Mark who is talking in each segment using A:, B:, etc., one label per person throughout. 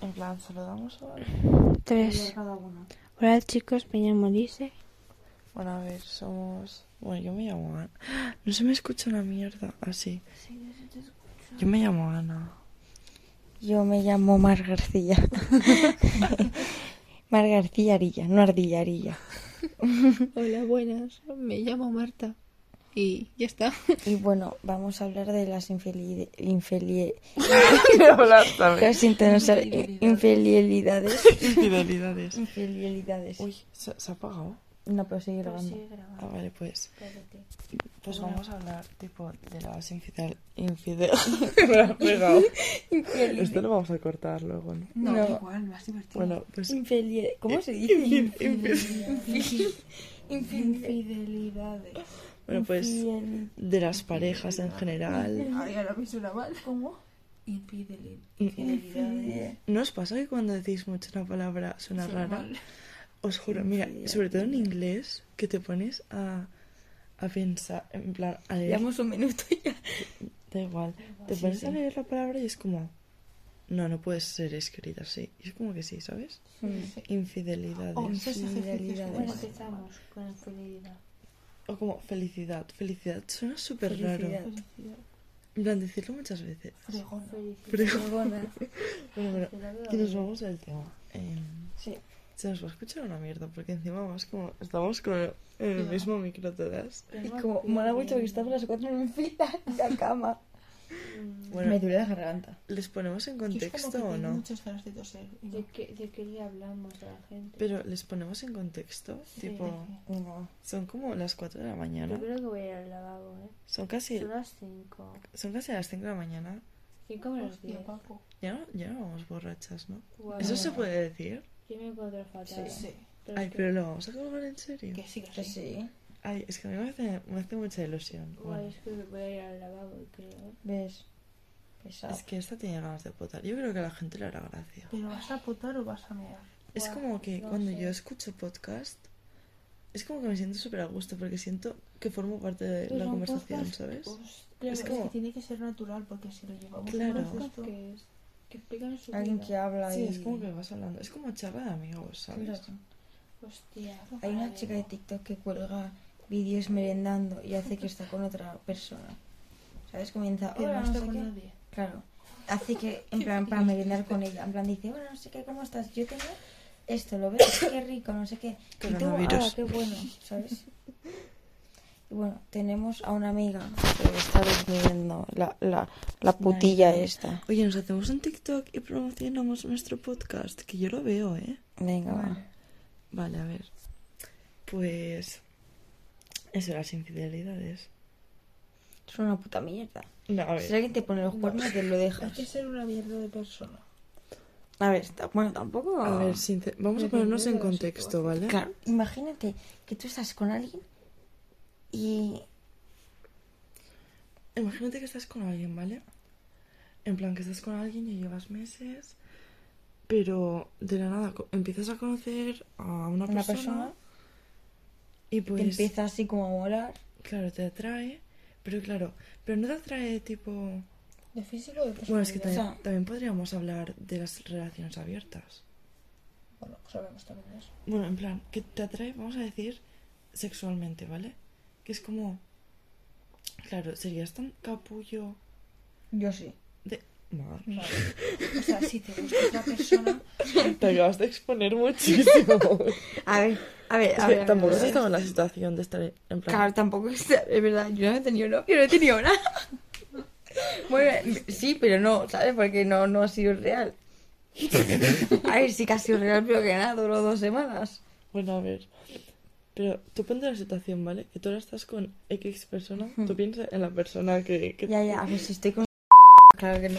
A: en plan, saludamos ahora.
B: Tres.
C: cada uno.
B: Hola chicos, me llamo Lise.
A: Bueno, a ver, somos. Bueno, yo me llamo Ana. No se me escucha una mierda así. Yo me llamo Ana.
D: Yo me llamo Mar García. Mar García Arilla, no Ardilla Arilla.
E: Hola, buenas. Me llamo Marta. Y ya está.
D: Y bueno, vamos a hablar de las infelicidades.
A: Hola, ¿sabes?
D: las intensas- infidelidades.
A: Infidelidades.
D: Infidelidades.
A: Uy, ¿se, se ha apagado?
D: No, pero sigue grabando.
A: Ah, vale, pues. Pues vamos a hablar, tipo, de las infidel. Infidel. me ha pegado. Esto lo vamos a cortar luego, ¿no?
C: No,
D: No.
C: igual, más divertido.
A: Bueno, pues.
D: Infelicidades. ¿Cómo se dice?
A: infid- infid-
D: Infidel-
C: Infidelidades.
A: Bueno, pues.
D: Infidelidad.
A: De las parejas en general.
C: Ay, ahora me suena mal. ¿Cómo? Infideli- Infidelidades.
A: ¿No os pasa que cuando decís mucho una palabra suena rara? Os juro, mira, sobre todo en inglés, que te pones a, a pensar, en plan, a leer.
D: Llevamos un minuto ya.
A: Da igual. Te pones a leer la palabra y es como. No, no puede ser escrita así. Y es como que sí, ¿sabes? Infidelidades.
C: Oh, esos ejercicios.
D: Infidelidades.
C: Bueno,
E: empezamos con infidelidad.
A: O como felicidad. Felicidad suena súper raro.
D: Felicidad.
A: En plan, decirlo muchas veces.
C: fregón.
A: Pero
D: Fregona.
A: bueno, bueno, que nos vamos del tema. Em,
D: Sí.
A: se nos va a escuchar una mierda porque encima vamos como. Estamos con el, el mismo micro todas.
D: Y como mola mucho que estamos las cuatro en fila en la cama.
E: Mm,
A: Bueno,
D: duele la garganta.
A: ¿les ponemos en
C: Yo es como
A: contexto
C: que
A: o
C: tengo
A: no?
C: muchas ganas de toser. y no.
E: ¿De qué, ¿De qué le hablamos a la gente?
A: Pero les ponemos en contexto. Tipo,
D: No.
A: son como las 4 de la mañana.
E: Yo creo que voy a ir al lavabo, ¿eh?
A: Son casi,
E: Son las 5.
A: son casi las 5 de la mañana.
E: 5 menos
C: Hostia,
E: 10.
C: Paco.
A: Ya no, ya no vamos borrachas, ¿no?
F: Ah,
E: Guau.
A: ¿Eso se puede decir?
E: Yo me encuentro fatal. ¿eh?
C: Sí,
E: Pero
A: Ay,
E: es que-
A: pero lo vamos a colgar en serio.
C: que sí, que
D: Que
C: sí.
D: sí.
A: Ay, es que a mí me hace, me hace mucha ilusión.
E: Guau,
A: Bueno,
E: es que voy a ir al lavabo, creo. ¿eh?
D: ¿Ves? Pesado.
A: es que esta tiene ganas de potar. Yo creo que a la gente le hará gracia.
C: ¿Pero vas a potar o vas a mear?
A: Es como que
E: no
A: cuando
E: sé.
A: yo escucho podcast, es como que me siento súper a gusto porque siento que formo parte de la
E: Pero un
A: conversación,
E: podcast,
A: ¿sabes?
E: Hostia,
A: Es
C: Es,
A: como-
C: Pues, que tiene que ser natural porque si lo llevamos
A: Claro.
C: a
E: ¿qué
C: un
E: podcast
C: contexto-
E: que es? Que explican su
D: Alguien
E: vida.
D: que habla
A: Sí,
D: y...
A: es como que vas hablando. Es como charla de amigos, ¿sabes?
D: Claro.
E: Hostia.
D: Hay una chica de TikTok que cuelga vídeos merendando y hace que está con otra persona. ¿Sabes? Comienza,
C: Pero
D: hola,
C: no
D: no
C: está
D: sé
C: con
D: qué.
C: nadie.
D: Claro. Hace que, en plan, para merendar con ella. En plan, dice, hola, no sé qué, ¿cómo estás? Yo tengo esto, lo ves, qué rico, no sé qué. Y tú, ah,
A: Coronavirus.
D: qué bueno, ¿sabes? Y bueno, tenemos a una amiga que está durmiendo, la, la, la putilla
A: Nice.
D: esta.
A: Oye, nos hacemos un TikTok y promocionamos nuestro podcast, que yo lo veo, ¿eh?
D: Venga, va.
A: Vale, a ver. Pues. Eso, las infidelidades.
D: Es una puta mierda.
A: No, a
D: Si alguien te pone los cuernos, te lo
C: Hay
D: dejas.
C: que ser una mierda de persona.
D: A ver, está- bueno, tampoco...
A: A ver, sincer- vamos a ponernos en contexto, ¿vale?
D: Claro, imagínate que tú estás con alguien y...
A: Imagínate que estás con alguien, ¿vale? En plan, que estás con alguien y llevas meses, pero de la nada co- empiezas a conocer a una,
D: Una
A: persona,
D: persona
A: y
D: te
A: pues.
D: empieza así como a molar.
A: Claro, te atrae, pero claro, pero no te atrae tipo.
C: ¿De físico o de personalidad?
A: Bueno, es que también,
D: O sea-
A: también podríamos hablar de las relaciones abiertas.
C: Bueno, sabemos también de eso.
A: Bueno, en plan, que te atrae, vamos a decir, sexualmente, ¿vale? Que es como. Claro, serías tan capullo
D: Yo sí.
A: de. Madre.
C: O sea, si te gusta otra persona,
A: Te acabas de exponer muchísimo.
D: A ver, a ver, a ver.
A: Tampoco
D: a
A: has
D: ver.
A: estado en la situación de estar en plan.
D: Claro, tampoco es, es verdad, yo no he tenido novio, no he tenido nada. Bueno, sí, pero no, ¿sabes? Porque no, no ha sido real. A ver, sí que ha sido real, pero que nada, duró dos semanas.
A: Bueno, a ver. Pero tú ponte la situación, ¿vale? Que tú ahora estás con X persona, tú piensas en la persona que. que-
D: Ya, ya, a ver si estoy con... Claro que no.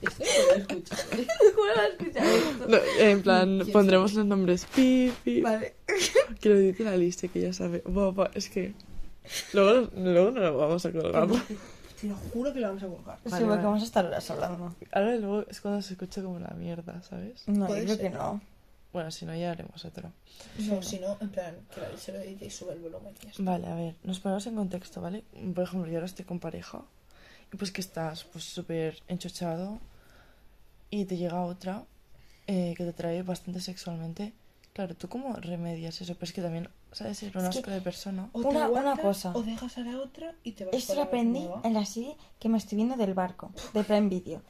D: ¿eh?
A: No, en plan, pondremos los nombres. Pi, pi.
D: Vale.
A: Que lo dice la lista, que ya sabe. Buah, buah, es que. Luego, luego no lo vamos a colgar.
C: te lo juro que lo vamos a colgar.
D: Sí,
A: Vale,
D: porque
A: vale.
D: vamos a estar horas hablando.
A: Ahora y luego es cuando se escucha como la mierda, ¿sabes?
D: No, yo
C: Puede
D: creo
C: ser.
D: que no.
A: Bueno, si no, ya haremos otro.
C: No, si no, en plan, que la se lo dice y sube el volumen. y ya está.
A: Vale, a ver, nos ponemos en contexto, ¿vale? Por ejemplo, yo ahora estoy con pareja y pues que estás pues súper enchochado y te llega otra eh, que te atrae bastante sexualmente. Claro, ¿tú cómo remedias eso? Pero es que también, ¿sabes? Es una
D: Es que-
A: sola de persona.
C: O te
D: Una- una
C: aguantas,
D: cosa.
C: O dejas a la otra y te vas
D: Esto lo
C: para la
D: aprendí
C: nueva.
D: en la serie que me estoy viendo del barco, de Prime Video.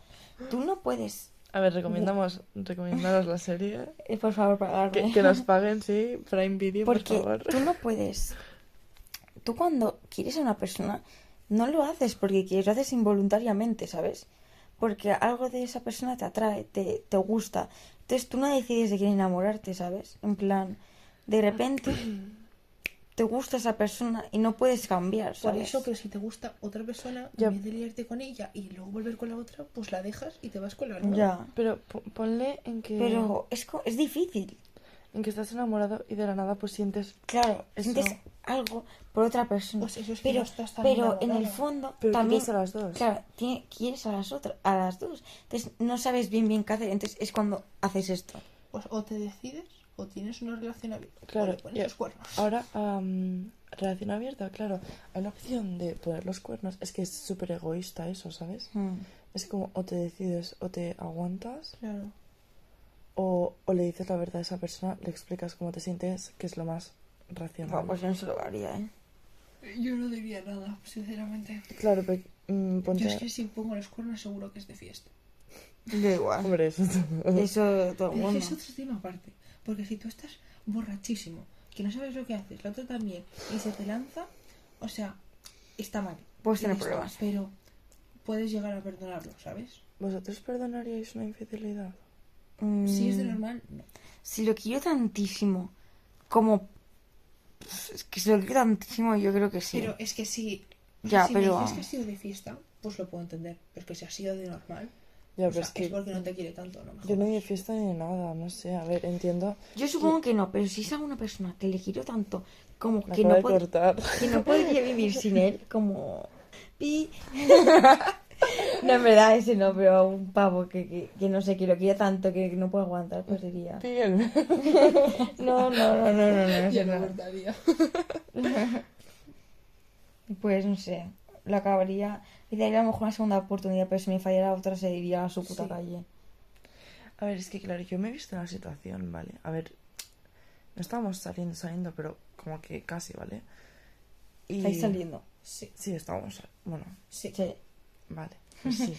D: Tú no puedes,
A: A ver, recomendamos, recomendaros la serie.
D: eh, por favor, pagarme.
A: Que, que nos paguen, sí, Prime Video,
D: Porque
A: por favor.
D: tú no puedes. Tú cuando quieres a una persona, no lo haces porque quieres, lo haces involuntariamente, ¿sabes? Porque algo de esa persona te atrae, te, te gusta. Entonces tú no decides de quién enamorarte, ¿sabes? En plan, de repente te gusta esa persona y no puedes cambiar,
C: Por
D: ¿sabes?
C: eso, pero si te gusta otra persona,
A: Ya.
C: en vez de liarte con ella y luego volver con la otra, pues la dejas y te vas con la nueva.
D: Ya.
A: Pero po- ponle en que,
D: Pero es, co- es difícil.
A: en que estás enamorado y de la nada pues sientes...
D: Claro,
A: Eso.
D: sientes algo por otra persona.
C: Pues eso es que
D: pero
C: no estás tan
D: pero en
C: enamorada.
D: el fondo
A: Pero
D: también
A: quieres a las dos.
D: Claro, tiene- quieres a las otras, a las dos. Entonces no sabes bien bien qué hacer, entonces es cuando haces esto.
C: Pues o te decides o tienes una relación abierta.
A: Claro,
C: o le pones
A: ya.
C: los cuernos.
A: Ahora, am, relación abierta, claro. Hay la opción de poner los cuernos. Es que es súper egoísta eso, ¿sabes? Es como o te decides o te aguantas
C: Claro.
A: o, o le dices la verdad a esa persona, le explicas cómo te sientes, que es lo más racional.
D: Buah, pues yo no se lo haría, ¿eh?
C: Yo no diría nada, sinceramente.
A: Claro, pero mm, ponte...
C: Yo es que si pongo los cuernos seguro que es de fiesta.
D: Da igual.
A: Hombre, eso...
D: Eso todo el
C: Pero es que
D: mundo.
C: es otro tema aparte. Porque si tú estás borrachísimo, que no sabes lo que haces, la otra también, y se te lanza, o sea, está mal.
D: Puedes
C: Y
D: tener
C: ya está,
D: problemas.
C: Pero puedes llegar a perdonarlo, ¿sabes?
A: ¿Vosotros perdonaríais una infidelidad?
D: Mm,
C: Si es de normal, no.
D: si lo quiero tantísimo, como pues, es que si lo quiero tantísimo, yo creo que sí.
C: Pero es que si,
D: Ya,
C: si
D: pero-
C: me dices que ha sido de fiesta, pues lo puedo entender. Pero es que si ha sido de normal,
A: Ya,
C: o
A: pero
C: sea,
A: es que
C: es porque no te quiere tanto, a lo mejor.
A: yo no de fiesta ni de nada, no sé. A ver, entiendo.
D: Yo supongo que no, pero si es a una persona que le quiero tanto, como
A: Me
D: que
A: acabo
D: no,
A: de
D: pod-
A: cortar.
D: que no podría vivir sin él, como... Pi. no, en verdad, ese no, pero un pavo que, que, que no sé, que lo quiere tanto, que no puede aguantar, pues sería...
A: Bien.
D: No, no, no, no, no, no, ese
C: Yo no
D: no.
C: guardaría.
D: Pues no sé, lo acabaría... Y daría a lo mejor una segunda oportunidad, pero si me fallara otra se iría a su puta
C: Sí.
D: calle.
A: A ver, es que claro, yo me he visto en la situación, ¿vale? A ver, no estábamos saliendo, saliendo, pero como que casi, ¿vale? Y...
D: Estáis saliendo.
C: Sí,
A: Sí, estábamos. Bueno,
C: sí.
D: Sí.
A: vale. pues sí.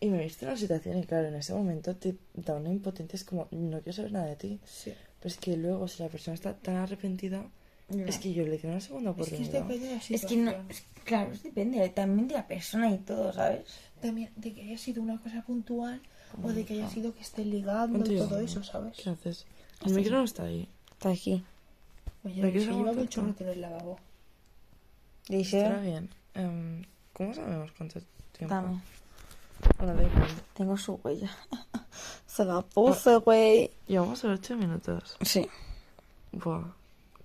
A: y me he visto en la situación y claro, en ese momento te da una impotencia, es como, no quiero saber nada de ti.
C: sí.
A: Pero es que luego, si la persona está tan arrepentida, es que yo le doy una segunda
C: Es que este es
A: oportunidad.
C: depende de la
D: Es que no...
C: situación.
D: es- Claro, es depende también de la persona y todo, ¿sabes?
C: También de que haya sido una cosa puntual o de que
D: Ah.
C: haya sido que esté ligando
A: Ponte
C: y
A: yo.
C: todo eso, ¿sabes?
A: ¿Qué haces? El micro no está ahí.
D: Está aquí.
C: Oye,
A: ¿De qué
C: se
A: se
C: lleva
A: trata?
C: un chorro en el lavabo.
D: Le
A: Estará
D: hicieron...
A: bien. Em, ¿Cómo sabemos cuánto tiempo?
D: Dame.
A: Ahora da igual.
D: Tengo su huella. Se la puse, güey.
A: Llevamos 8 minutos.
D: Sí.
A: Buah.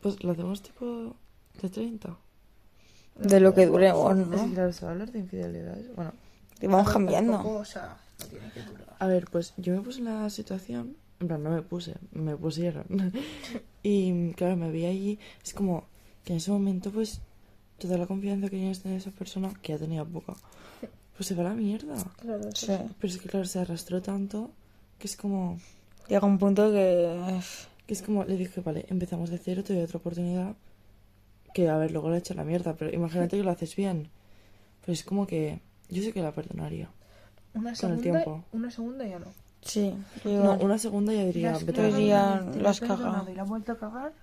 A: Pues lo hacemos tipo de 30.
D: De lo que duremos,
A: Es que
D: ¿no?
A: claro, se va a hablar de infidelidades. Bueno,
D: Te van
C: Tampoco,
D: cambiando.
C: o sea, no tiene que durar.
A: a ver, pues yo me puse en la situación. En plan, no me puse, me pusieron. y claro, me vi allí. Es como que en ese momento, pues, toda la confianza que tienes en esa persona, que ya tenía poca, pues se va a la mierda.
C: Claro,
D: Sí.
A: Pero es que claro, se arrastró tanto que es como.
D: Llega un punto que.
A: Que es como, le dije, vale, empezamos de cero, te doy otra oportunidad. Que a ver, luego lo he hecho la mierda, pero imagínate que lo haces bien. Pues es como que. Yo sé que la perdonaría.
C: Una
A: Con el
C: segunda,
A: tiempo.
C: una segunda ya no.
D: Sí.
A: No,
D: Llega.
A: una segunda ya diría,
C: La has
A: vete a
D: Yo
A: la
C: cagado,
A: mierda.
D: diría,
C: te
D: lo
C: la
D: has
C: he perdonado
D: cagado.
C: Y la has vuelto a cagar.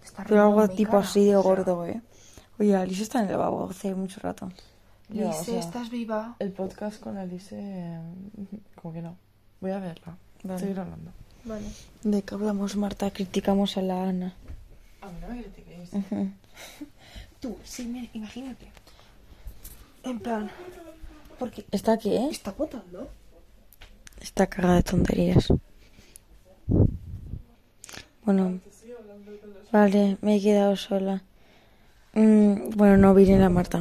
C: te está
D: Pero algo
C: arruinando mi
D: tipo
C: cara.
D: así de
C: O sea,
D: gordo, güey. Oye, Alicia está en el lavabo hace mucho rato.
A: Ya, o
C: Lice,
A: sea,
C: estás viva.
A: El podcast con Alice. eh, Como que no. Voy a verla.
D: Vale.
A: Seguir hablando.
C: Vale.
D: ¿De qué hablamos, Marta? Criticamos a la Ana.
A: A mí no me critiquéis.
C: Tú, sí, me- imagínate. En plan, porque
D: ¿Está aquí, eh?
C: está botando.
D: Está cagada de tonterías. Bueno. Vale, me he quedado sola. Mm, bueno, no viene la Marta.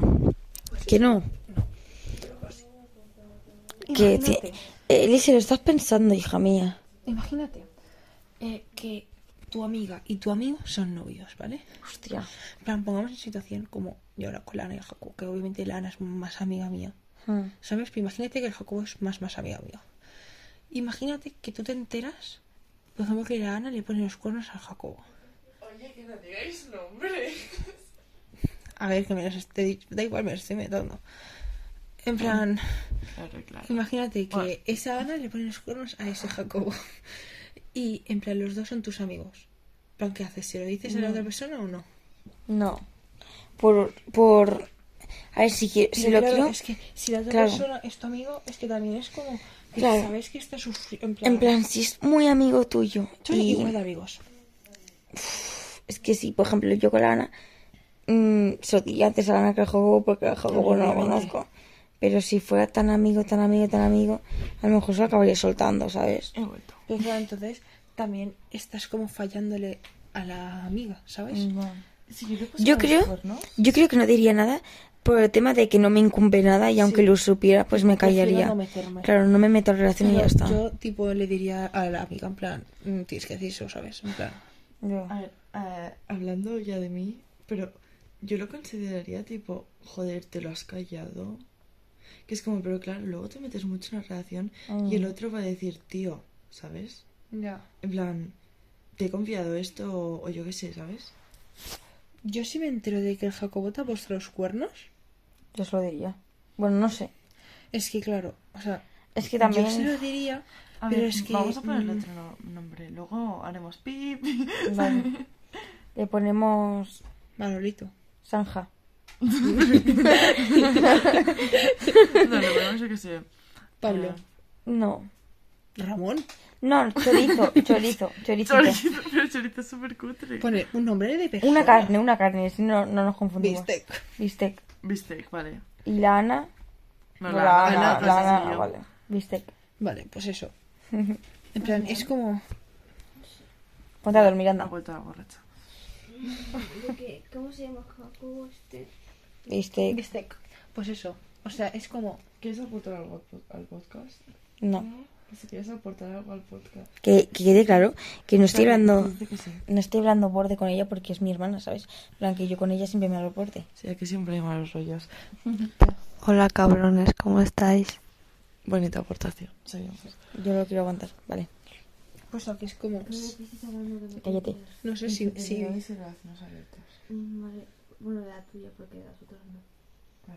D: ¿Que no? Que
C: Imagínate.
D: Elise, lo estás pensando, hija mía.
C: Imagínate eh, que tu amiga y tu amigo son novios, ¿vale?
D: Hostia.
C: En plan, pongamos en situación como yo ahora con Lana y el Jacobo, que
D: Mm,
C: obviamente Lana es más amiga mía. ¿Sabes? Pero imagínate que el Jacobo es más, más amiga mía. Imagínate que tú te enteras, por ejemplo, que la Ana le pone los cuernos al Jacobo.
A: Oye, que no digáis nombre.
C: A ver, que me los te he dicho- da igual, me los estoy metiendo. En plan,
A: Claro, claro.
C: imagínate que esa Ana le pone los cuernos a ese Jacobo. Y en plan, los dos son tus amigos. En plan, ¿qué haces? ¿Se lo dices a la otra persona o no?
D: No. Por. por... A ver, si, quiero, si
C: Pero
D: lo
C: claro,
D: quiero.
C: Es que si la otra
D: Claro.
C: persona es tu amigo, es que también es como. que
D: Claro.
C: Sabes que está sufriendo. En plan,
D: En plan, si es muy amigo tuyo.
C: son
D: y-
C: igual de amigos.
D: Es que si, por ejemplo, yo con la Ana. mm, se lo diría antes a la Ana que al juego porque al juego no lo
C: Obviamente.
D: conozco. Pero si fuera tan amigo, tan amigo, tan amigo, a lo mejor se lo acabaría soltando, ¿sabes?
A: He vuelto.
C: Pero claro, entonces también estás como fallándole a la amiga, ¿sabes?
D: Mm, Yo creo, yo creo que no diría nada por el tema de que no me incumbe nada y aunque lo supiera, pues me
C: Prefiero
D: callaría.
C: no meterme.
D: Claro, no me meto en relación y
C: Pero
D: ya está.
C: Yo, tipo, le diría a la amiga, en plan, "Mm, tienes que decir eso, ¿sabes? En plan,
A: A ver, eh, hablando ya de mí, pero yo lo consideraría tipo, joder, te lo has callado. Que es como, pero claro, luego te metes mucho en la relación y el otro va a decir, tío, ¿sabes?
C: ya.
A: En plan, te he confiado esto o, o yo qué sé, ¿sabes?
C: Yo sí me entero de que el Jacobo te ha puesto los cuernos.
D: Yo se lo diría. Bueno, no sé.
C: Es que, claro, o sea,
D: Es que también.
C: yo se lo diría, pero es que. mm,
A: otro nombre, luego haremos pip.
D: Vale. Le ponemos
C: Manolito.
D: zanja.
A: no, no, yo qué sé.
C: Pablo.
D: Ah. No.
C: Ramón.
D: No, chorizo, chorizo, chorizo.
A: pero chorizo es súper cutre.
C: Pone un nombre de persona.
D: Una carne, una carne, si no, no nos confundimos.
C: Bistec.
D: Bistec.
A: Bistec, vale.
D: Y la Ana.
A: No,
D: la Ana, la Ana, vale. Bistec.
C: Vale, pues eso. En plan, es como.
D: Ponte a dormir, anda.
A: vuelta borracha.
B: ¿Cómo se llama Jacobo este?
D: Bistec.
C: Bistec. Pues eso. O sea, es como.
A: ¿Quieres aportar algo al po- al podcast?
D: No.
A: Si quieres aportar algo al podcast.
D: Que, que quede claro que no estoy hablando.
A: Dice que sí.
D: No estoy hablando borde con ella porque es mi hermana, ¿sabes? En plan, que yo con ella siempre me hablo borde.
A: Sí, aquí siempre hay malos rollos.
B: Hola cabrones, ¿cómo estáis?
A: Bonita aportación. Seguimos.
D: Yo lo quiero aguantar, vale.
C: Pues aquí es como.
D: Cállate.
C: No sé si. si
A: relaciones abiertas.
E: Mm,
F: Vale, bueno, la tuya porque las otras no.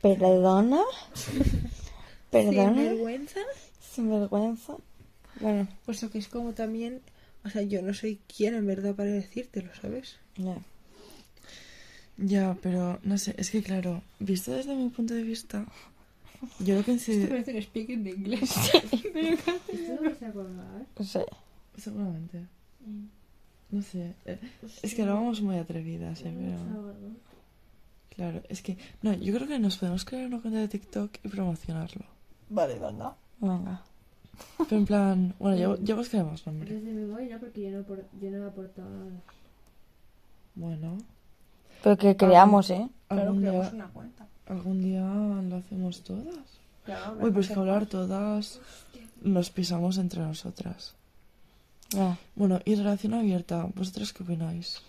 D: Perdona. Perdona.
C: vergüenza.
D: Sin vergüenza. Bueno,
C: Pues lo que es como también. O sea, yo no soy quien en verdad para decírtelo, ¿sabes?
D: no.
A: Ya, pero no sé, es que claro, visto desde mi punto de vista, yo lo considero.
C: parece un speaking de inglés.
F: ¿Esto lo vas a colgar?
D: No sé.
A: Seguramente.
E: Eh,
A: No sé. eh, Es que ahora vamos muy atrevidas, eh, pero. Claro, es que. No, yo creo que nos podemos crear una cuenta de TikTok y promocionarlo.
C: Vale, venga.
D: Venga.
A: Pero en plan. Bueno, ya, ya buscaremos nombre.
F: Desde mi móvil no, porque yo no, por, yo no he aportado nada.
A: Bueno.
D: Pero que creamos, ¿eh?
A: Algún
C: creamos
A: día,
C: una cuenta.
A: algún día lo hacemos todas.
C: Claro,
A: Uy, pues que hablar todas nos pisamos entre nosotras.
D: Ya.
A: Bueno, y relación abierta, ¿vosotras qué opináis?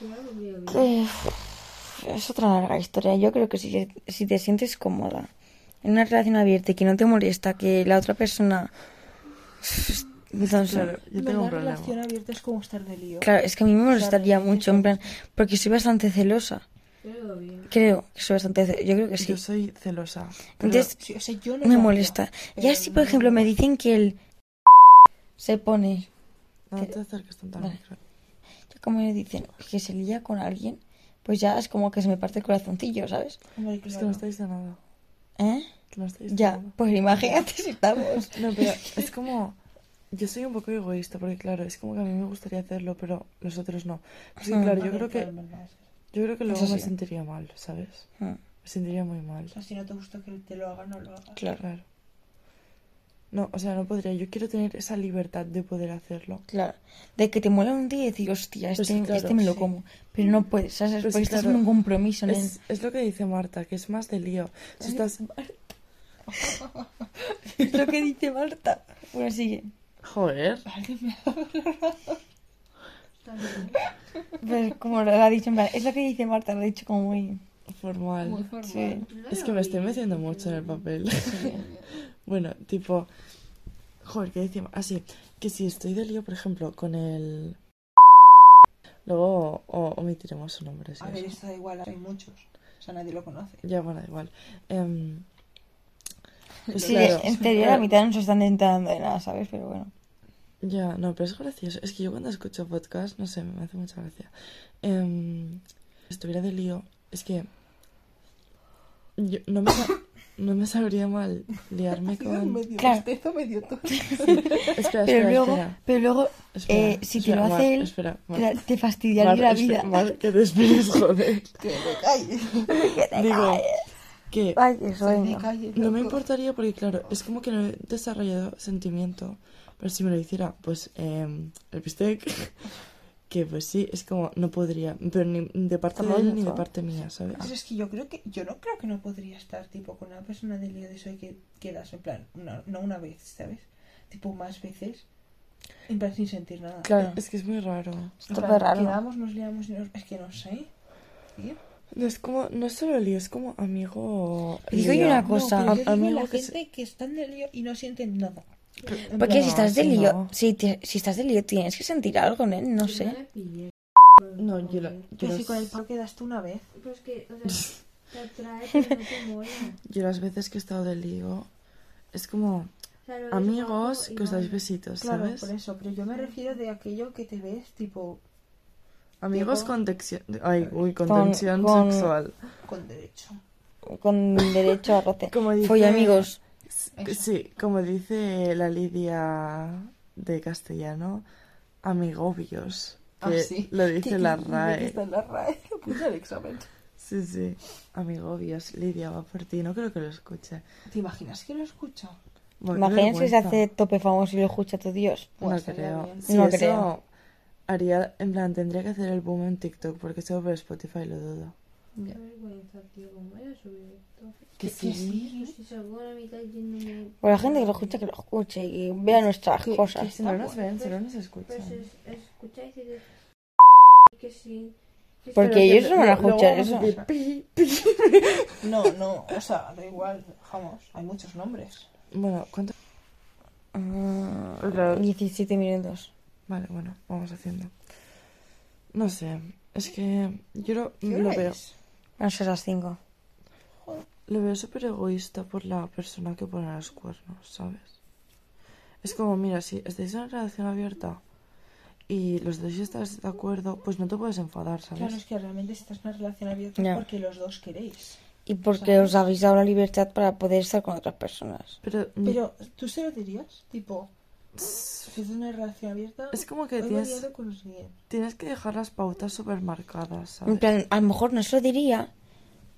F: Yo no lo veo bien.
D: Eh, es otra larga historia. Yo creo que si, si te sientes cómoda en una relación abierta y que no te molesta que la otra persona... No sé.
A: Claro, yo tengo un problema.
C: relación abierta es como estar de lío.
D: Claro, es que a mí me molestaría mucho, en plan, porque soy bastante celosa.
F: Yo no lo veo bien.
D: Creo que soy bastante celosa. Yo creo que sí.
A: Yo soy celosa. pero-
D: Entonces,
C: Sí, o sea, yo no lo
D: me
C: haría.
D: molesta. Ya
C: pero
D: si, por ejemplo, me dicen que el se pone,
A: No te acerques tanto al
D: Vale.
A: micro.
D: que como me dicen que se lía con alguien, pues ya es como que se me parte el corazoncillo, ¿sabes?
C: Hombre,
A: Es que
C: claro.
A: no estáis de nada.
D: ¿Eh?
A: Que no estáis de
D: Ya,
A: nada.
D: pues imagínate si estamos.
A: No, pero es como... Yo soy un poco egoísta, porque claro, es como que a mí me gustaría hacerlo, pero los otros no. Pues que,
D: Ajá.
A: claro, yo
C: Vale,
A: creo que,
C: claro, en verdad, sí.
A: yo creo que luego
D: Ah, Eso
A: me
D: sí.
A: sentiría mal, ¿sabes?
D: Ah,
A: Me sentiría muy mal.
C: O sea, si no te gusta que te lo hagan, no lo hagas.
D: Claro,
A: Claro. No, o sea, no podría. Yo quiero tener esa libertad de poder hacerlo.
D: claro. De que te muela un día y decir, hostia,
A: Pues
D: este,
A: claro,
D: este me lo
A: sí.
D: como. Pero no puedes, ¿sabes?
A: Pues
D: Porque estás
A: claro.
D: en un compromiso, nen.
A: Es, es lo que dice Marta, que es más de lío. Si estás...
D: Es lo que dice Marta. Bueno, sigue.
A: Joder.
F: Está bien.
D: Pero Pues como lo ha dicho, en plan, es lo que dice Marta, lo ha dicho como muy...
A: Formal.
C: Muy formal.
D: Sí.
F: No
A: Es
F: lo
A: que me estoy
F: veo
A: metiendo
F: bien.
A: mucho en el papel. bueno, tipo, Joder, ¿qué decimos? Así que si estoy de lío, por ejemplo, con el. Luego o- omitiremos su nombre. si
C: A
A: es-
C: ver, esto da igual, hay muchos. O sea, nadie lo conoce.
A: Ya, bueno, da igual. Em, pues
D: Sí,
A: claro,
D: en teoría la mitad no se están enterando de nada, ¿sabes? Pero bueno.
A: Ya, no, pero es gracioso. Es que yo cuando escucho podcast, no sé, me hace mucha gracia. Em, si estuviera de lío, es que yo no me, sa- no me sabría mal liarme con...
C: medio
D: Claro.
C: bostezo, medio todo.
A: Espera, espera,
D: Pero luego,
A: espera.
D: pero luego
A: espera,
D: eh, si te
A: espera,
D: lo hace
A: Mar,
D: él,
A: Espera, Mar,
D: te, te fastidiaría
A: Mar,
D: la
A: espera,
D: vida.
A: Mar, que te esperes, joder.
C: Que me calle.
D: eh.
A: Digo, que
D: Ay, qué
C: Que me
D: sueño.
C: calle.
A: no me
C: loco.
A: importaría porque, claro, es como que no he desarrollado sentimiento. Pero si me lo hiciera, pues, em, el bistec... Que pues sí, es como, no podría, pero ni de parte de él ni de parte mía, ¿sabes?
C: Pero es que yo creo que yo no creo que no podría estar tipo con una persona del lío de eso y que quedas en plan una- no una vez, ¿sabes? Tipo más veces en plan sin sentir nada.
D: Claro.
A: Es que es muy raro.
C: En
D: Esto
C: plan,
D: es raro.
C: Quedamos, nos liamos y nos... es que no sé. tío.
A: No es como, no es solo lío, es como amigo.
D: Te digo yo
A: lío.
D: una cosa.
C: No, pero yo
A: Am-
C: digo
A: amigo
C: la
A: que
C: gente que están del lío y no sienten nada. En
D: Porque
A: No,
D: si estás de
A: sí,
D: lío,
A: no.
D: si, te- si estás de lío tienes que sentir algo, ¿eh? No
F: Yo
D: sé.
F: la pillé.
A: No, yo lo,
F: Joder.
A: yo,
C: que si
A: las,
C: con el paro quedaste una vez.
F: Pero es Pues que, o sea, te atrae, pero no te mola.
A: yo las veces que he estado de lío, es como
F: O sea, lo ves
A: amigos
F: guapo y
A: que os dais
F: mola.
A: besitos,
C: Claro,
A: ¿sabes?
C: por eso, pero yo me refiero de aquello que te ves tipo
A: Amigos
C: Digo-
A: con tensión, ay, uy, con,
D: Con-
A: tensión
D: con-
A: sexual.
C: con derecho.
D: Con derecho a roce.
A: Como dice,
D: Oye, amigos,
A: Sí, como dice la Lidia de castellano, amigobios.
C: Ah,
A: que
C: sí.
A: Lo dice la RAE.
C: Está en la RAE, apunta el examen.
A: Sí, sí. Amigobios, Lidia va por ti. No creo que lo escuche.
C: ¿Te imaginas que lo escucha?
A: Buah, qué
D: imagínate si se
A: vergüenza.
D: hace tope famoso y lo escucha tu Dios.
A: No
C: Pues, estaría
A: creo.
C: bien.
A: Si
D: No
A: eso
D: creo.
A: Haría, en plan, tendría que hacer el boom en TikTok porque solo por Spotify lo dudo.
F: Qué vergüenza, tío, cómo voy a subir esto.
A: Que sí.
F: Yo si salgo a la mitad yéndome...
D: Por la gente que lo escucha, que lo escuche y vea nuestras cosas.
A: Si no nos ven, si no nos escuchan.
F: Pues es- escucháis y dices... Que sí. que sí.
D: Porque ellos no van a escuchar eso.
C: No, no, o sea, da igual, vamos, hay muchos nombres.
A: Bueno, ¿cuánto?
D: Ah,
A: Claro.
D: 17 minutos.
A: Vale, bueno, vamos haciendo. No sé, es que yo lo,
C: ¿Qué
A: lo
C: hora
A: veo,
C: es?
D: No sé, las 5.
A: lo veo súper egoísta por la persona que pone los cuernos, ¿sabes? Es como, mira, si estáis en una relación abierta y los dos estás de acuerdo, pues no te puedes enfadar, ¿sabes?
C: Claro, es que realmente estás en una relación abierta
D: Ya.
C: porque los dos queréis.
D: Y porque os habéis dado la libertad para poder estar con otras personas.
A: Pero,
C: Pero, ¿tú se lo dirías? Tipo, si es una relación abierta,
A: Es como que
C: hoy me he
A: tienes-
C: liado con los bien.
A: Tienes que dejar las pautas súper marcadas,
D: En
A: ¿sabes?
D: plan, a lo mejor no se lo diría,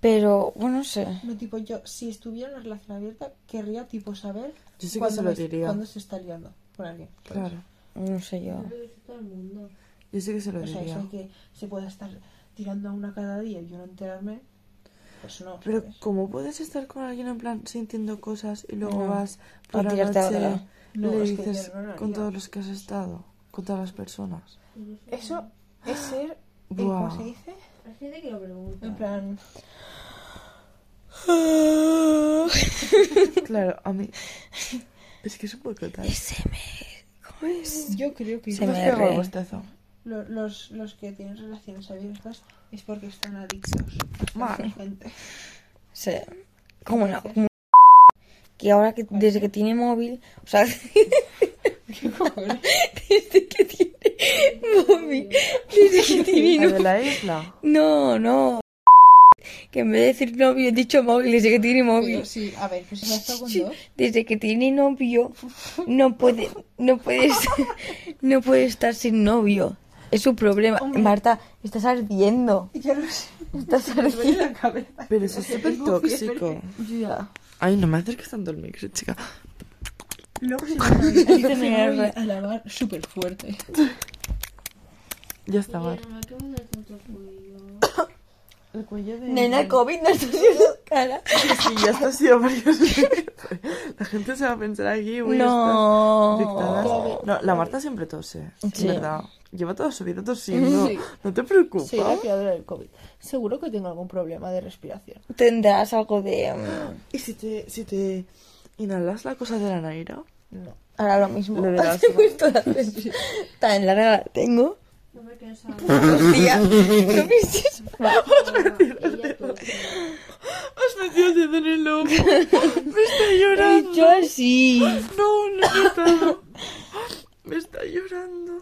D: pero bueno, no sé.
C: No, tipo, yo, si estuviera en una relación abierta, querría, tipo, saber
A: Yo sí que
C: cuándo
A: se lo
C: me-
A: diría.
C: cuándo se está liando con alguien. ¿sabes?
A: Claro.
D: No sé yo.
F: Yo lo he visto todo el mundo.
A: Yo sí que se lo
C: O sea,
A: diría.
C: eso de que se pueda estar tirando a una cada día y yo no enterarme, pues no.
A: Pero
C: ¿sabes?
A: ¿cómo puedes estar con alguien en plan sintiendo cosas y luego
D: No.
A: vas
D: A
A: por la
D: tirarte a
A: noche
D: otra.
A: y
C: No,
A: le
C: es que yo
A: dices
C: no lo haría.
A: con todos los que has estado? Con todas las personas.
D: Eh.
C: Eso es ser, eh, ¿cómo
A: Buah.
C: se dice?
F: Hay gente que lo pregunta.
C: En plan,
A: Claro, a mí... Es que es un poco tal.
C: yo creo que
D: Se
A: Me has
D: me
A: pegado el
D: re.
A: bostezo.
C: lo- los, los que tienen relaciones abiertas es porque están adictos a
A: Mal.
C: la gente.
D: Sí. Como no. como- Que ahora que desde que tiene móvil, o sea, desde que tiene móvil, desde que tiene
A: La de la isla.
D: No, no. Que en vez de decir novio he dicho móvil desde que tiene móvil.
C: Pero sí, a ver, pues si me has estado con
D: Sí,
C: dos,
D: Desde que tiene novio no puede no puedes no puede estar sin novio. Es su problema. Marta, estás ardiendo.
C: ya lo sé,
D: Estás
C: me
D: ardiendo.
C: duele la cabeza.
A: Pero eso es súper tóxico. Ay, no me acerques tanto el micro, chica.
C: Luego se me voy a lavar súper fuerte.
A: Ya está
F: Oye,
A: mal.
F: no me acabo de tanto cuello.
A: El cuello de...
D: Nena, el COVID no está haciendo cara.
A: Sí, ya está ha sido varias veces. La gente se va a pensar aquí, uy,
D: No.
A: estas dictadas. No, la Marta siempre tose,
D: Oh. Sí.
A: ¿verdad? Lleva toda su vida tosiendo. No te preocupes.
C: creadora del COVID. Seguro que tengo algún problema de respiración.
D: Tendrás algo de mm,
A: ¿Y si te, si te inhalas la cosa de la Naira?
C: No.
D: Ahora lo mismo.
A: Lo de la
D: Hace puesto las veces. Tan larga la tengo.
F: No me pensaba.
D: Hostia, ¿no visteis?
F: Ella tuvo que-
A: Has metido el dedo en el ojo. Me está llorando.
D: Yo así.
A: No, no he estado. Me está llorando.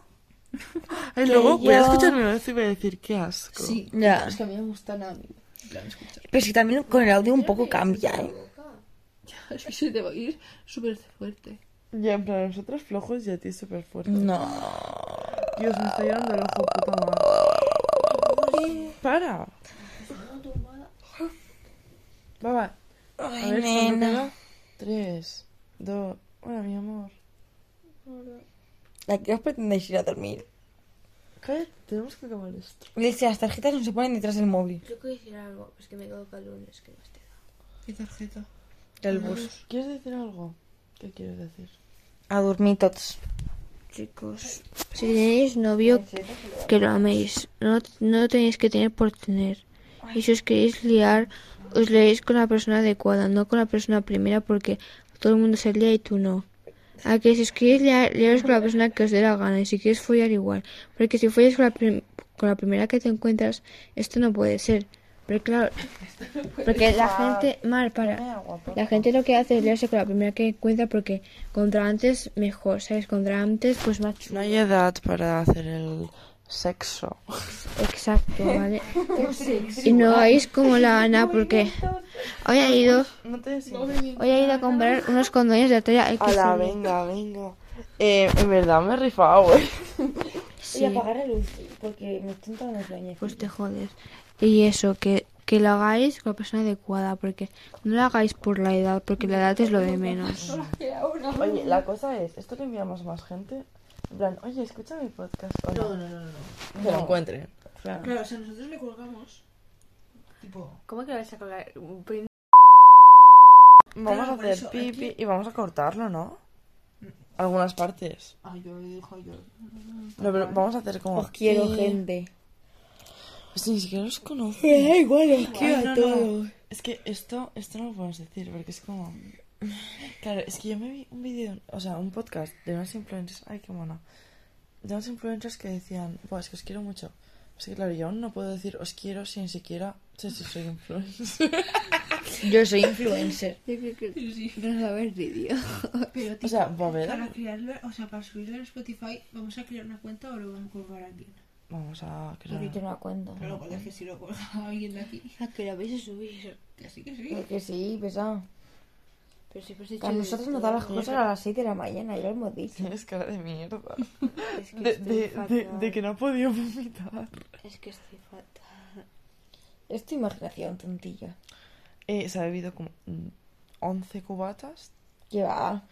A: Y luego voy a
D: yo-
A: escucharme una vez y voy a decir qué asco.
E: Sí,
D: Ya.
E: es que a mí me gustan a mí. En plan, escucha,
D: Pero es que también con el audio un poco cambia, ¿eh?
E: es que se te va a ir súper fuerte.
A: Ya, en plan, nosotros flojos y a ti súper fuerte.
D: No.
A: Dios, me está llorando el ojo, puta madre. Para. Va, va. A
D: Ay,
A: ver, ¿cuánto
D: nena.
A: queda? Tres, dos. Hola, mi amor.
D: ¿A qué os pretendéis ir a dormir?
A: Cállate, tenemos que acabar esto.
D: Dice, las tarjetas no se ponen detrás del móvil.
F: Yo quiero decir algo, es que me quedo para el lunes, que más te da.
C: ¿Qué tarjeta?
D: Del bus.
A: ¿Quieres decir algo? ¿Qué quieres decir?
D: A dormir todos.
F: Chicos, si tenéis novio, que lo améis. No, no lo tenéis que tener por tener. Y si os queréis liar, os leéis con la persona adecuada, no con la persona primera, porque todo el mundo se lía y tú no. A que si os queréis liar, liaros con la persona que os dé la gana. Y si quieres follar, igual. Porque si follas con la, prim- con la primera que te encuentras, esto no puede ser. Pero claro, porque la gente, mal para. La gente lo que hace es liarse con la primera que encuentra porque contra antes mejor, ¿sabes? Contra antes pues más chulo.
A: No hay edad para hacer el sexo.
F: Exacto, ¿vale? Y no hagáis como la Ana porque hoy ha ido,
A: No te decimos.
F: hoy ha ido a comprar unos condones de talla
A: Hola,
F: XL.
A: venga, venga. Eh, en verdad me he rifado, güey.
F: Sí,
D: la luz, porque me estoy entrando en sueño.
F: pues te jodes. Y eso, que, que lo hagáis con la persona adecuada, porque no lo hagáis por la edad, porque la edad es lo de menos.
A: Oye, la cosa es, esto le enviamos a más gente. En plan, oye, escucha mi podcast. o
E: No, no, no, no. no.
A: Que lo encuentren. Claro.
E: Claro, o sea, nosotros le colgamos. Tipo,
F: ¿Cómo que lo vais a colgar?
A: Vamos a
E: Claro, por
A: hacer
E: eso,
A: pipi y vamos a cortarlo, ¿no? Algunas partes.
E: ay, yo le dijo yo.
A: No, pero vamos a hacer como...
D: Os quiero,
A: Sí.
D: gente.
A: Pues ni siquiera los conozco.
D: igual, os
A: quiero a todos. Es que esto, esto no lo podemos decir porque es como... Claro, es que yo me vi un vídeo, o sea, un podcast de unas influencers... Ay, qué mona. De unas influencers que decían, Buah, es que os quiero mucho. Es que claro, yo aún no puedo decir os quiero si ni siquiera sé si soy influencer.
D: Yo soy influencer.
E: Yo creo que no lo haber vídeo.
C: Pero,
A: O
C: tipo,
A: sea, va a haber...
C: para crearlo, o sea, para subirlo en Spotify, ¿vamos a crear una cuenta o lo vamos a colgar a alguien?
A: Vamos a
D: Porque yo
A: crear...
D: no la cuento.
C: Pero luego que si lo colga a alguien de aquí.
E: A que la vais a subir.
C: Que sí, que sí.
D: Porque sí, pesado.
E: Pero siempre has dicho.
D: A nosotros nos da las cosas a las 6 de la mañana, ya lo hemos dicho.
A: Tienes cara de mierda.
F: Es que
A: De, de, de, de que no ha podido vomitar.
F: Es que estoy fatal.
D: Es tu imaginación, tontilla.
A: Eh, se ha bebido como mm, 11 cubatas.
D: Que va.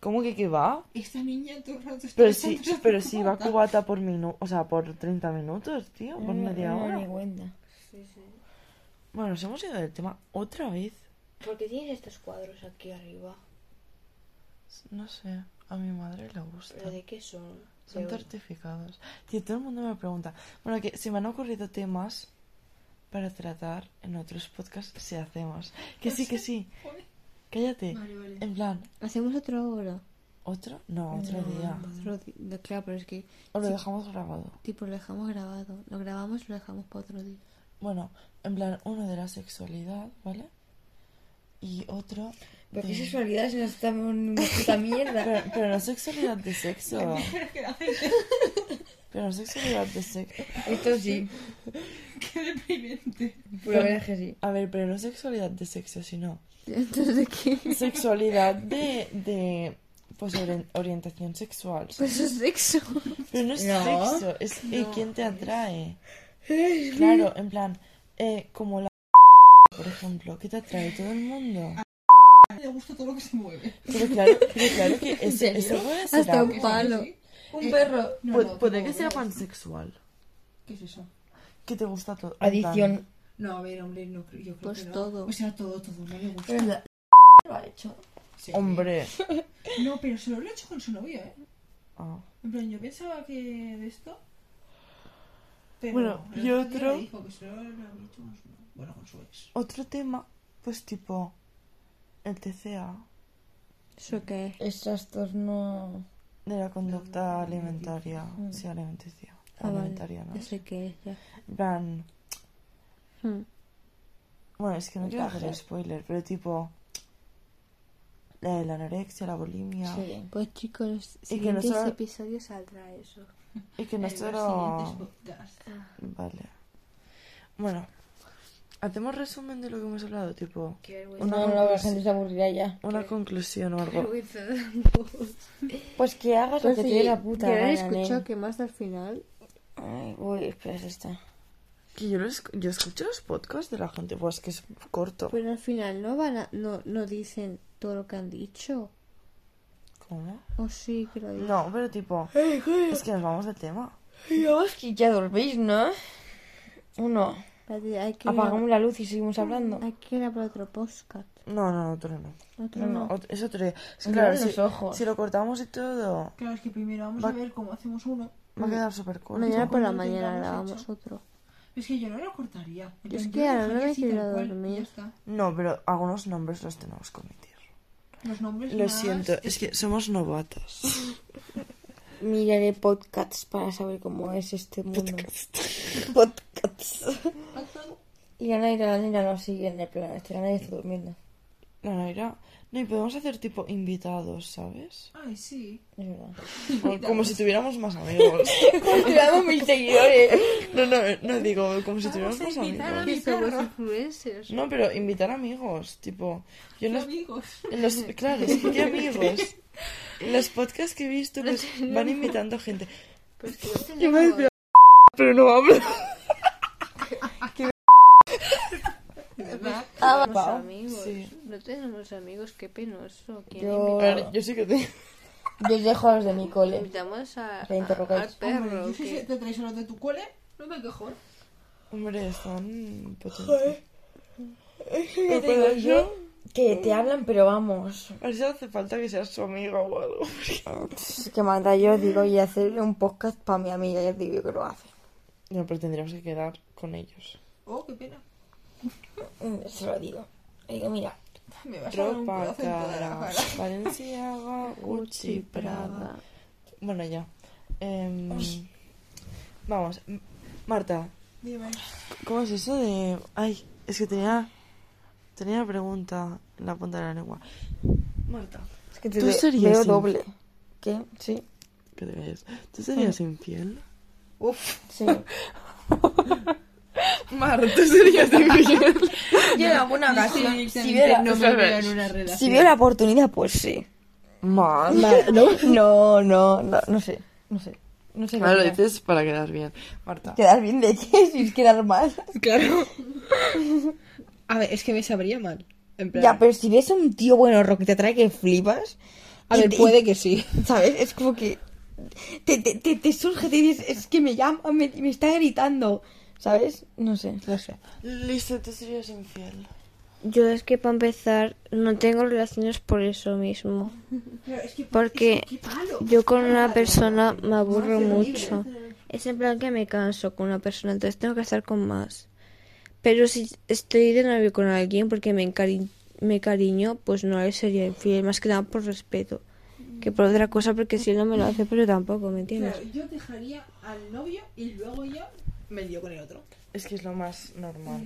A: ¿Cómo que que va?
C: Esta niña todo el rato está
A: Pero sí,
C: echando esa
A: pero sí va
C: pregunta.
A: cubata por minuto, o sea, por 30 minutos, tío, por
D: me-
A: media
D: no me
A: hora.
D: di Ah, cuenta.
A: Bueno, nos hemos ido del tema otra vez.
F: ¿Por qué tienes estos cuadros aquí arriba?
A: No sé, a mi madre le gusta.
F: ¿Pero de qué son?
A: Son certificados. Tío, todo el mundo me pregunta. Bueno, que se me han ocurrido temas para tratar en otros podcasts si hacemos. Que sí, que sí. Cállate.
C: Vale, vale.
A: En plan,
B: Hacemos otra hora.
A: ¿otro? No, otro día.
B: Otro di- no, claro, pero es que
A: O lo dejamos grabado.
B: tipo lo dejamos grabado. Lo grabamos y lo dejamos para otro día.
A: Bueno, en plan, uno de la sexualidad, ¿vale? Y otro.
D: Pero
A: de-
D: qué sexualidad si nos estamos en una puta mierda.
A: Pero, pero no sexualidad de sexo. pero no sexualidad de sexo.
D: Esto sí. Pues
C: Qué deprimente.
D: Pero verás que sí.
A: A ver, pero no sexualidad de sexo, sino.
B: Entonces, ¿de qué?
A: Sexualidad de. de pues ori- orientación sexual.
B: Pues eso es sexo.
A: Pero no es
D: No.
A: sexo, es eh, quién te atrae. Claro, en plan, eh, como la. Por ejemplo, ¿qué te atrae? Todo el mundo.
C: Me gusta todo lo que se mueve.
A: Pero claro, pero claro que es,
D: serio?
A: eso puede ser
B: Hasta
A: algo.
B: un palo.
D: Un perro.
C: Eh, No,
A: Pu-
C: no,
A: puede
C: tipo,
A: que sea pansexual.
C: ¿Qué es eso?
A: Que te gusta todo. en plan,
D: Adición.
C: No, a ver, hombre, no creo. Yo creo
B: Pues
C: que no.
B: todo.
C: O sea, todo, todo. No le gusta.
D: Pero la... lo ha hecho.
C: Sí.
A: Hombre.
C: No, pero solo lo ha hecho con su novio, ¿eh?
A: Ah.
C: En plan, yo pensaba que de esto. Pero
A: Bueno,
C: el
A: y
C: otro día
A: otro-
C: me Dijo que solo lo había hecho con su novio. Bueno, con su ex.
A: Otro tema, pues tipo el TCA.
B: ¿Eso qué es?
D: Es trastorno.
A: De la conducta alimentaria. Sí, alimenticia.
B: Ah, vale.
A: alimentaria, ¿no?
B: Ya sé qué es, ya.
A: En plan.
B: Hmm.
A: Bueno, es que no
D: Yo
A: quiero hacer
D: sé.
A: spoiler, pero tipo. La, la anorexia, la bulimia.
D: Sí.
B: Pues chicos, los
A: Y que no
B: siguientes
A: solo-
B: episodios saldrá eso.
A: Y que no
C: siguientes
A: solo.
C: podcasts.
A: Vale. Bueno, hacemos resumen de lo que hemos hablado, tipo.
F: Qué vergüenza.
A: Una,
D: No, no, la
A: conclus-
D: gente se aburrirá ya.
A: una conclusión o algo.
D: Pues que hagas lo que te dé la puta.
B: Ya
D: gana,
B: he
D: nen.
B: escuchado que más al final.
D: Ay, uy, espera, es esta.
A: Que yo, lo esc- yo escucho los podcasts de la gente, pues que es corto.
B: Pero al final no van a- no, no dicen todo lo que han dicho.
A: ¿Cómo?
B: O sí que lo dicen.
A: No, pero tipo. Es que nos vamos de tema.
D: Dios, que ya dormís, ¿no? Uno.
B: Espérate, hay que ir a-
D: Apagamos la luz y seguimos hablando.
B: Hay que ir a por otro podcast.
A: No, no, otro no.
B: Otro
A: No, no,
B: no.
A: ot- es otro día. Es que,
D: Mirar
A: claro,
D: los
A: si,
D: ojos.
A: si lo cortamos y todo,
C: Claro, es que primero vamos
A: Va-
C: a ver cómo hacemos uno.
A: va a quedar súper corto.
B: Mañana por la
C: ¿Cómo lo
B: mañana
C: tengamos
B: grabamos
C: hecho?
B: otro.
C: Es que yo no lo cortaría. En
B: Yo es
C: plan,
B: que
C: lo
B: a la hora
C: dejaría
B: me
C: así,
B: quiero
C: tal cual, y
B: dormir.
C: ya está.
A: No, pero algunos nombres los tenemos que omitir.
C: Los nombres
A: Lo
C: más-
A: siento, es que somos novatos.
D: Miraré podcasts para saber cómo es este mundo. podcasts. Y Ana irá a ir a lo siguiente, pero este Ana ya está durmiendo.
A: La Naira. No, y podemos hacer tipo invitados, ¿sabes?
C: Ay, sí.
D: Es verdad.
A: O Como si tuviéramos más amigos.
D: Llevamos mil seguidores.
A: No, no, no digo, como si tuviéramos más
C: invitar a
A: amigos.
C: mi perro.
B: influencers.
A: No, pero invitar amigos, tipo. Yo en los,
C: amigos.
A: en los- Claro, es que qué amigos. En los podcasts que he visto, pues van invitando gente.
C: Pues
A: Yo me decía, pero no hablo.
C: Ah, ¿Verdad?
D: Ah,
B: Tenemos
D: va.
B: amigos.
A: Sí.
B: No tenemos amigos, qué penoso. ¿Quién
D: Yo,
A: A ver, yo sí que tengo.
D: yo os dejo a los de mi
B: invita-
D: cole.
B: Invitamos a,
D: Te
B: a-
D: interrogáis.
B: al perro.
C: Hombre, yo
B: que-
C: que te traes a los de tu cole, no me quejo.
A: Hombre, están potentes.
D: Joder.
A: Pero para eso,
D: Que te hablan, pero vamos.
A: para eso hace falta que seas su amigo o algo.
D: Es que manda yo, digo, y hacer un podcast para mi amiga, ya digo que lo hace.
A: No, pero tendríamos que quedar con ellos.
C: Oh, qué pena.
D: Mm, Se lo digo. Le digo, mira,
C: Me vas a dar un
A: Ropa,
C: pedazo en toda la
A: cara,
C: cara.
A: Valenciaga, Gucci, Prada. Bueno, ya. Em, vamos, M- Marta,
C: Dime.
A: ¿cómo es eso de...? Ay, es que tenía... Tenía la pregunta en la punta de la lengua. Marta.
D: es que te
A: Tú
D: ve-
A: serías
D: veo
A: inf-
D: doble. ¿Qué? Sí.
A: ¿Qué te crees? ¿Tú serías infiel?
D: Sí.
A: Marta, ¿tú serías infiel?
D: Yo en alguna ocasión, si veo la,
C: no me veo en una relación.
D: si veo la oportunidad, pues sí.
A: Marta.
D: No, no, no, no, no sé. No sé. No sé. qué
A: Claro, lo
D: opinar.
A: dices para quedar bien. Marta.
D: Quedar bien de qué, si es quedar mal.
C: Claro. A ver, es que me sabría mal. En plan,
D: Ya, pero si ves a un tío bueno rock que te atrae que flipas.
C: a
D: y
C: ver,
D: te-
C: puede que sí.
D: ¿Sabes? Es como que te, te, te, te surge, te dices, es que me llama, me, me está gritando. ¿Sabes? No sé, no sé.
A: Listo, tú serías infiel.
F: Yo es que para empezar no tengo relaciones por eso mismo. Porque yo con una persona me aburro mucho. Es en plan que me canso con una persona, entonces tengo que estar con más. Pero si estoy de novio con alguien porque me, encari- me cariño, pues no le sería infiel, más que nada por respeto. Que por otra cosa, porque si él no me lo hace, pero tampoco, ¿me entiendes?
C: Claro, yo dejaría al novio y luego yo me lío con el otro.
A: Es que es lo más normal.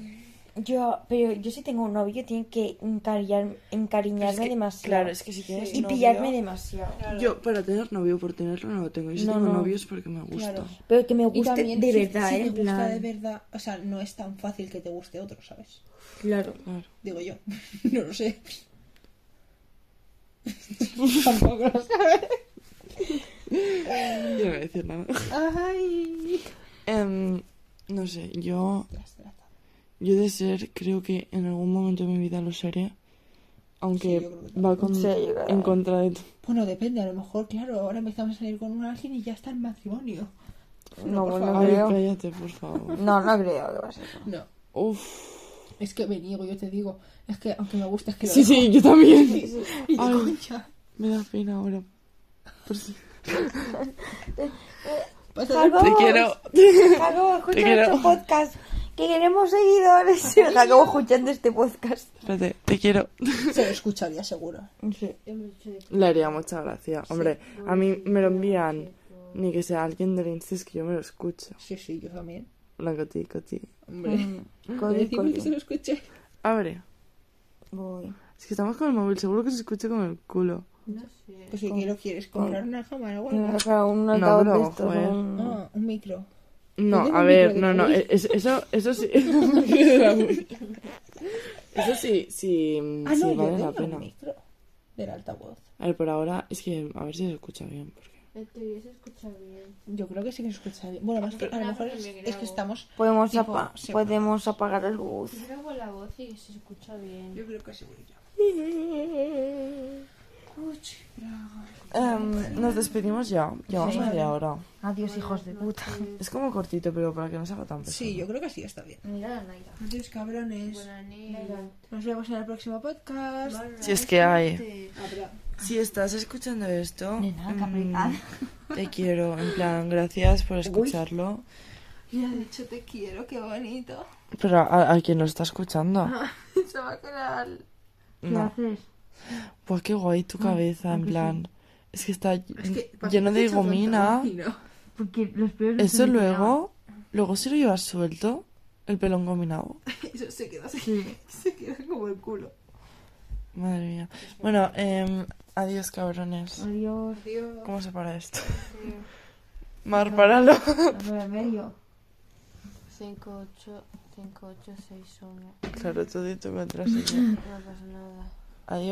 D: Yo, pero yo si tengo un novio, tiene que encariñar, encariñarme
A: Es que-
D: demasiado.
A: Claro, es que si tienes
D: y
A: novio-
D: pillarme demasiado.
A: Yo para tener novio por tenerlo no lo tengo. Yo sí
D: No,
A: tengo
D: no.
A: novios porque me gusta.
D: Claro. Pero que me guste de
C: si-
D: verdad,
C: si
D: ¿eh?
C: te
D: en
C: gusta
D: plan.
C: de verdad, o sea, no es tan fácil que te guste otro, ¿sabes?
D: Claro.
C: Digo yo, no lo sé.
A: Yo no voy a decir nada.
D: Ay.
A: Em, no sé, yo,
C: Ya se la está.
A: yo de ser creo que en algún momento de mi vida lo seré. Aunque
C: Sí, yo creo que
A: va con,
D: Sí, yo creo.
A: en contra de todo.
C: Bueno, depende, a lo mejor, claro, ahora empezamos a salir con un alguien y ya está el matrimonio.
D: No,
C: por
D: no
C: favor.
A: Ay,
D: creo.
A: cállate, por favor.
D: No, no creo que va a ser eso.
C: No,
A: Uf.
C: es que me niego, yo te digo, es que aunque me gusta, es que lo
A: Sí,
C: dejo.
A: sí, yo también.
C: Y de
A: Ay.
C: concha.
A: Me da pena ahora. Por si-
C: Pasa-
D: Salvo,
A: Te quiero.
D: Salvo, escucha
A: quiero.
D: nuestro podcast. que queremos seguidores. Y os acabo escuchando este podcast.
A: Espérate, te quiero.
C: Se lo escucharía seguro.
A: Le haría mucha gracia. Hombre, a mí me lo envían. Ni que sea alguien del Insta, es que yo me lo escucho.
C: Sí, sí, yo también.
A: Blanco ti, coti. Mm.
C: Hombre.
D: Cody,
C: Decime que
D: Cody.
C: se lo escuché.
A: Abre.
D: Voy.
A: Es que estamos con el móvil, seguro que se escucha con el culo.
C: Pues si quiero, ¿quieres comprar una cámara o algo?
D: O sea, un
A: No,
D: altavoz
A: pero,
D: de estos,
A: joder.
D: un-
C: Ah, un micro.
A: No,
C: Yo tengo
A: a
C: un
A: ver,
C: micro
A: no,
C: de
A: no,
C: móvil.
A: es- eso, eso sí. eso sí, sí,
C: Ah,
A: sí
C: no, yo
A: vale la
C: tenía
A: pena.
C: un micro del altavoz.
A: A ver, por ahora, es que a ver si se escucha bien. Porque...
C: Yo creo que sí que se escucha bien. Bueno, más que, a lo mejor es, es que estamos...
D: Podemos,
C: Tipo,
D: apa-
C: se-
D: podemos apagar la luz.
C: Yo creo que sí. yo.
A: Em, nos despedimos ya, llevamos media hora.
D: Adiós, hijos de puta.
A: Es como cortito, pero para que no se haga tan pesado.
C: Sí, yo creo que sí, está bien. Adiós, cabrones. Nos vemos en el próximo podcast.
A: Si es que hay. Si estás escuchando esto, mm, te quiero. En plan, gracias por escucharlo.
C: Ya he dicho te quiero, qué bonito.
A: Pero a, a quien lo está escuchando.
C: Se va a quedar...
A: No. Pues qué guay tu cabeza, en plan. Es que está lleno de gomina.
D: Porque los peores
A: Eso luego, luego si lo llevas suelto, el pelón gominado.
C: Eso se queda así. Se queda como el culo.
A: Madre mía. Bueno, em, adiós cabrones.
D: Adiós.
C: Adiós.
A: ¿Cómo se para esto? Mar, páralo.
D: Por el medio.
E: 5, 8, 5, 8, 6, 1.
A: claro, todo tu contraseña.
E: No pasa nada.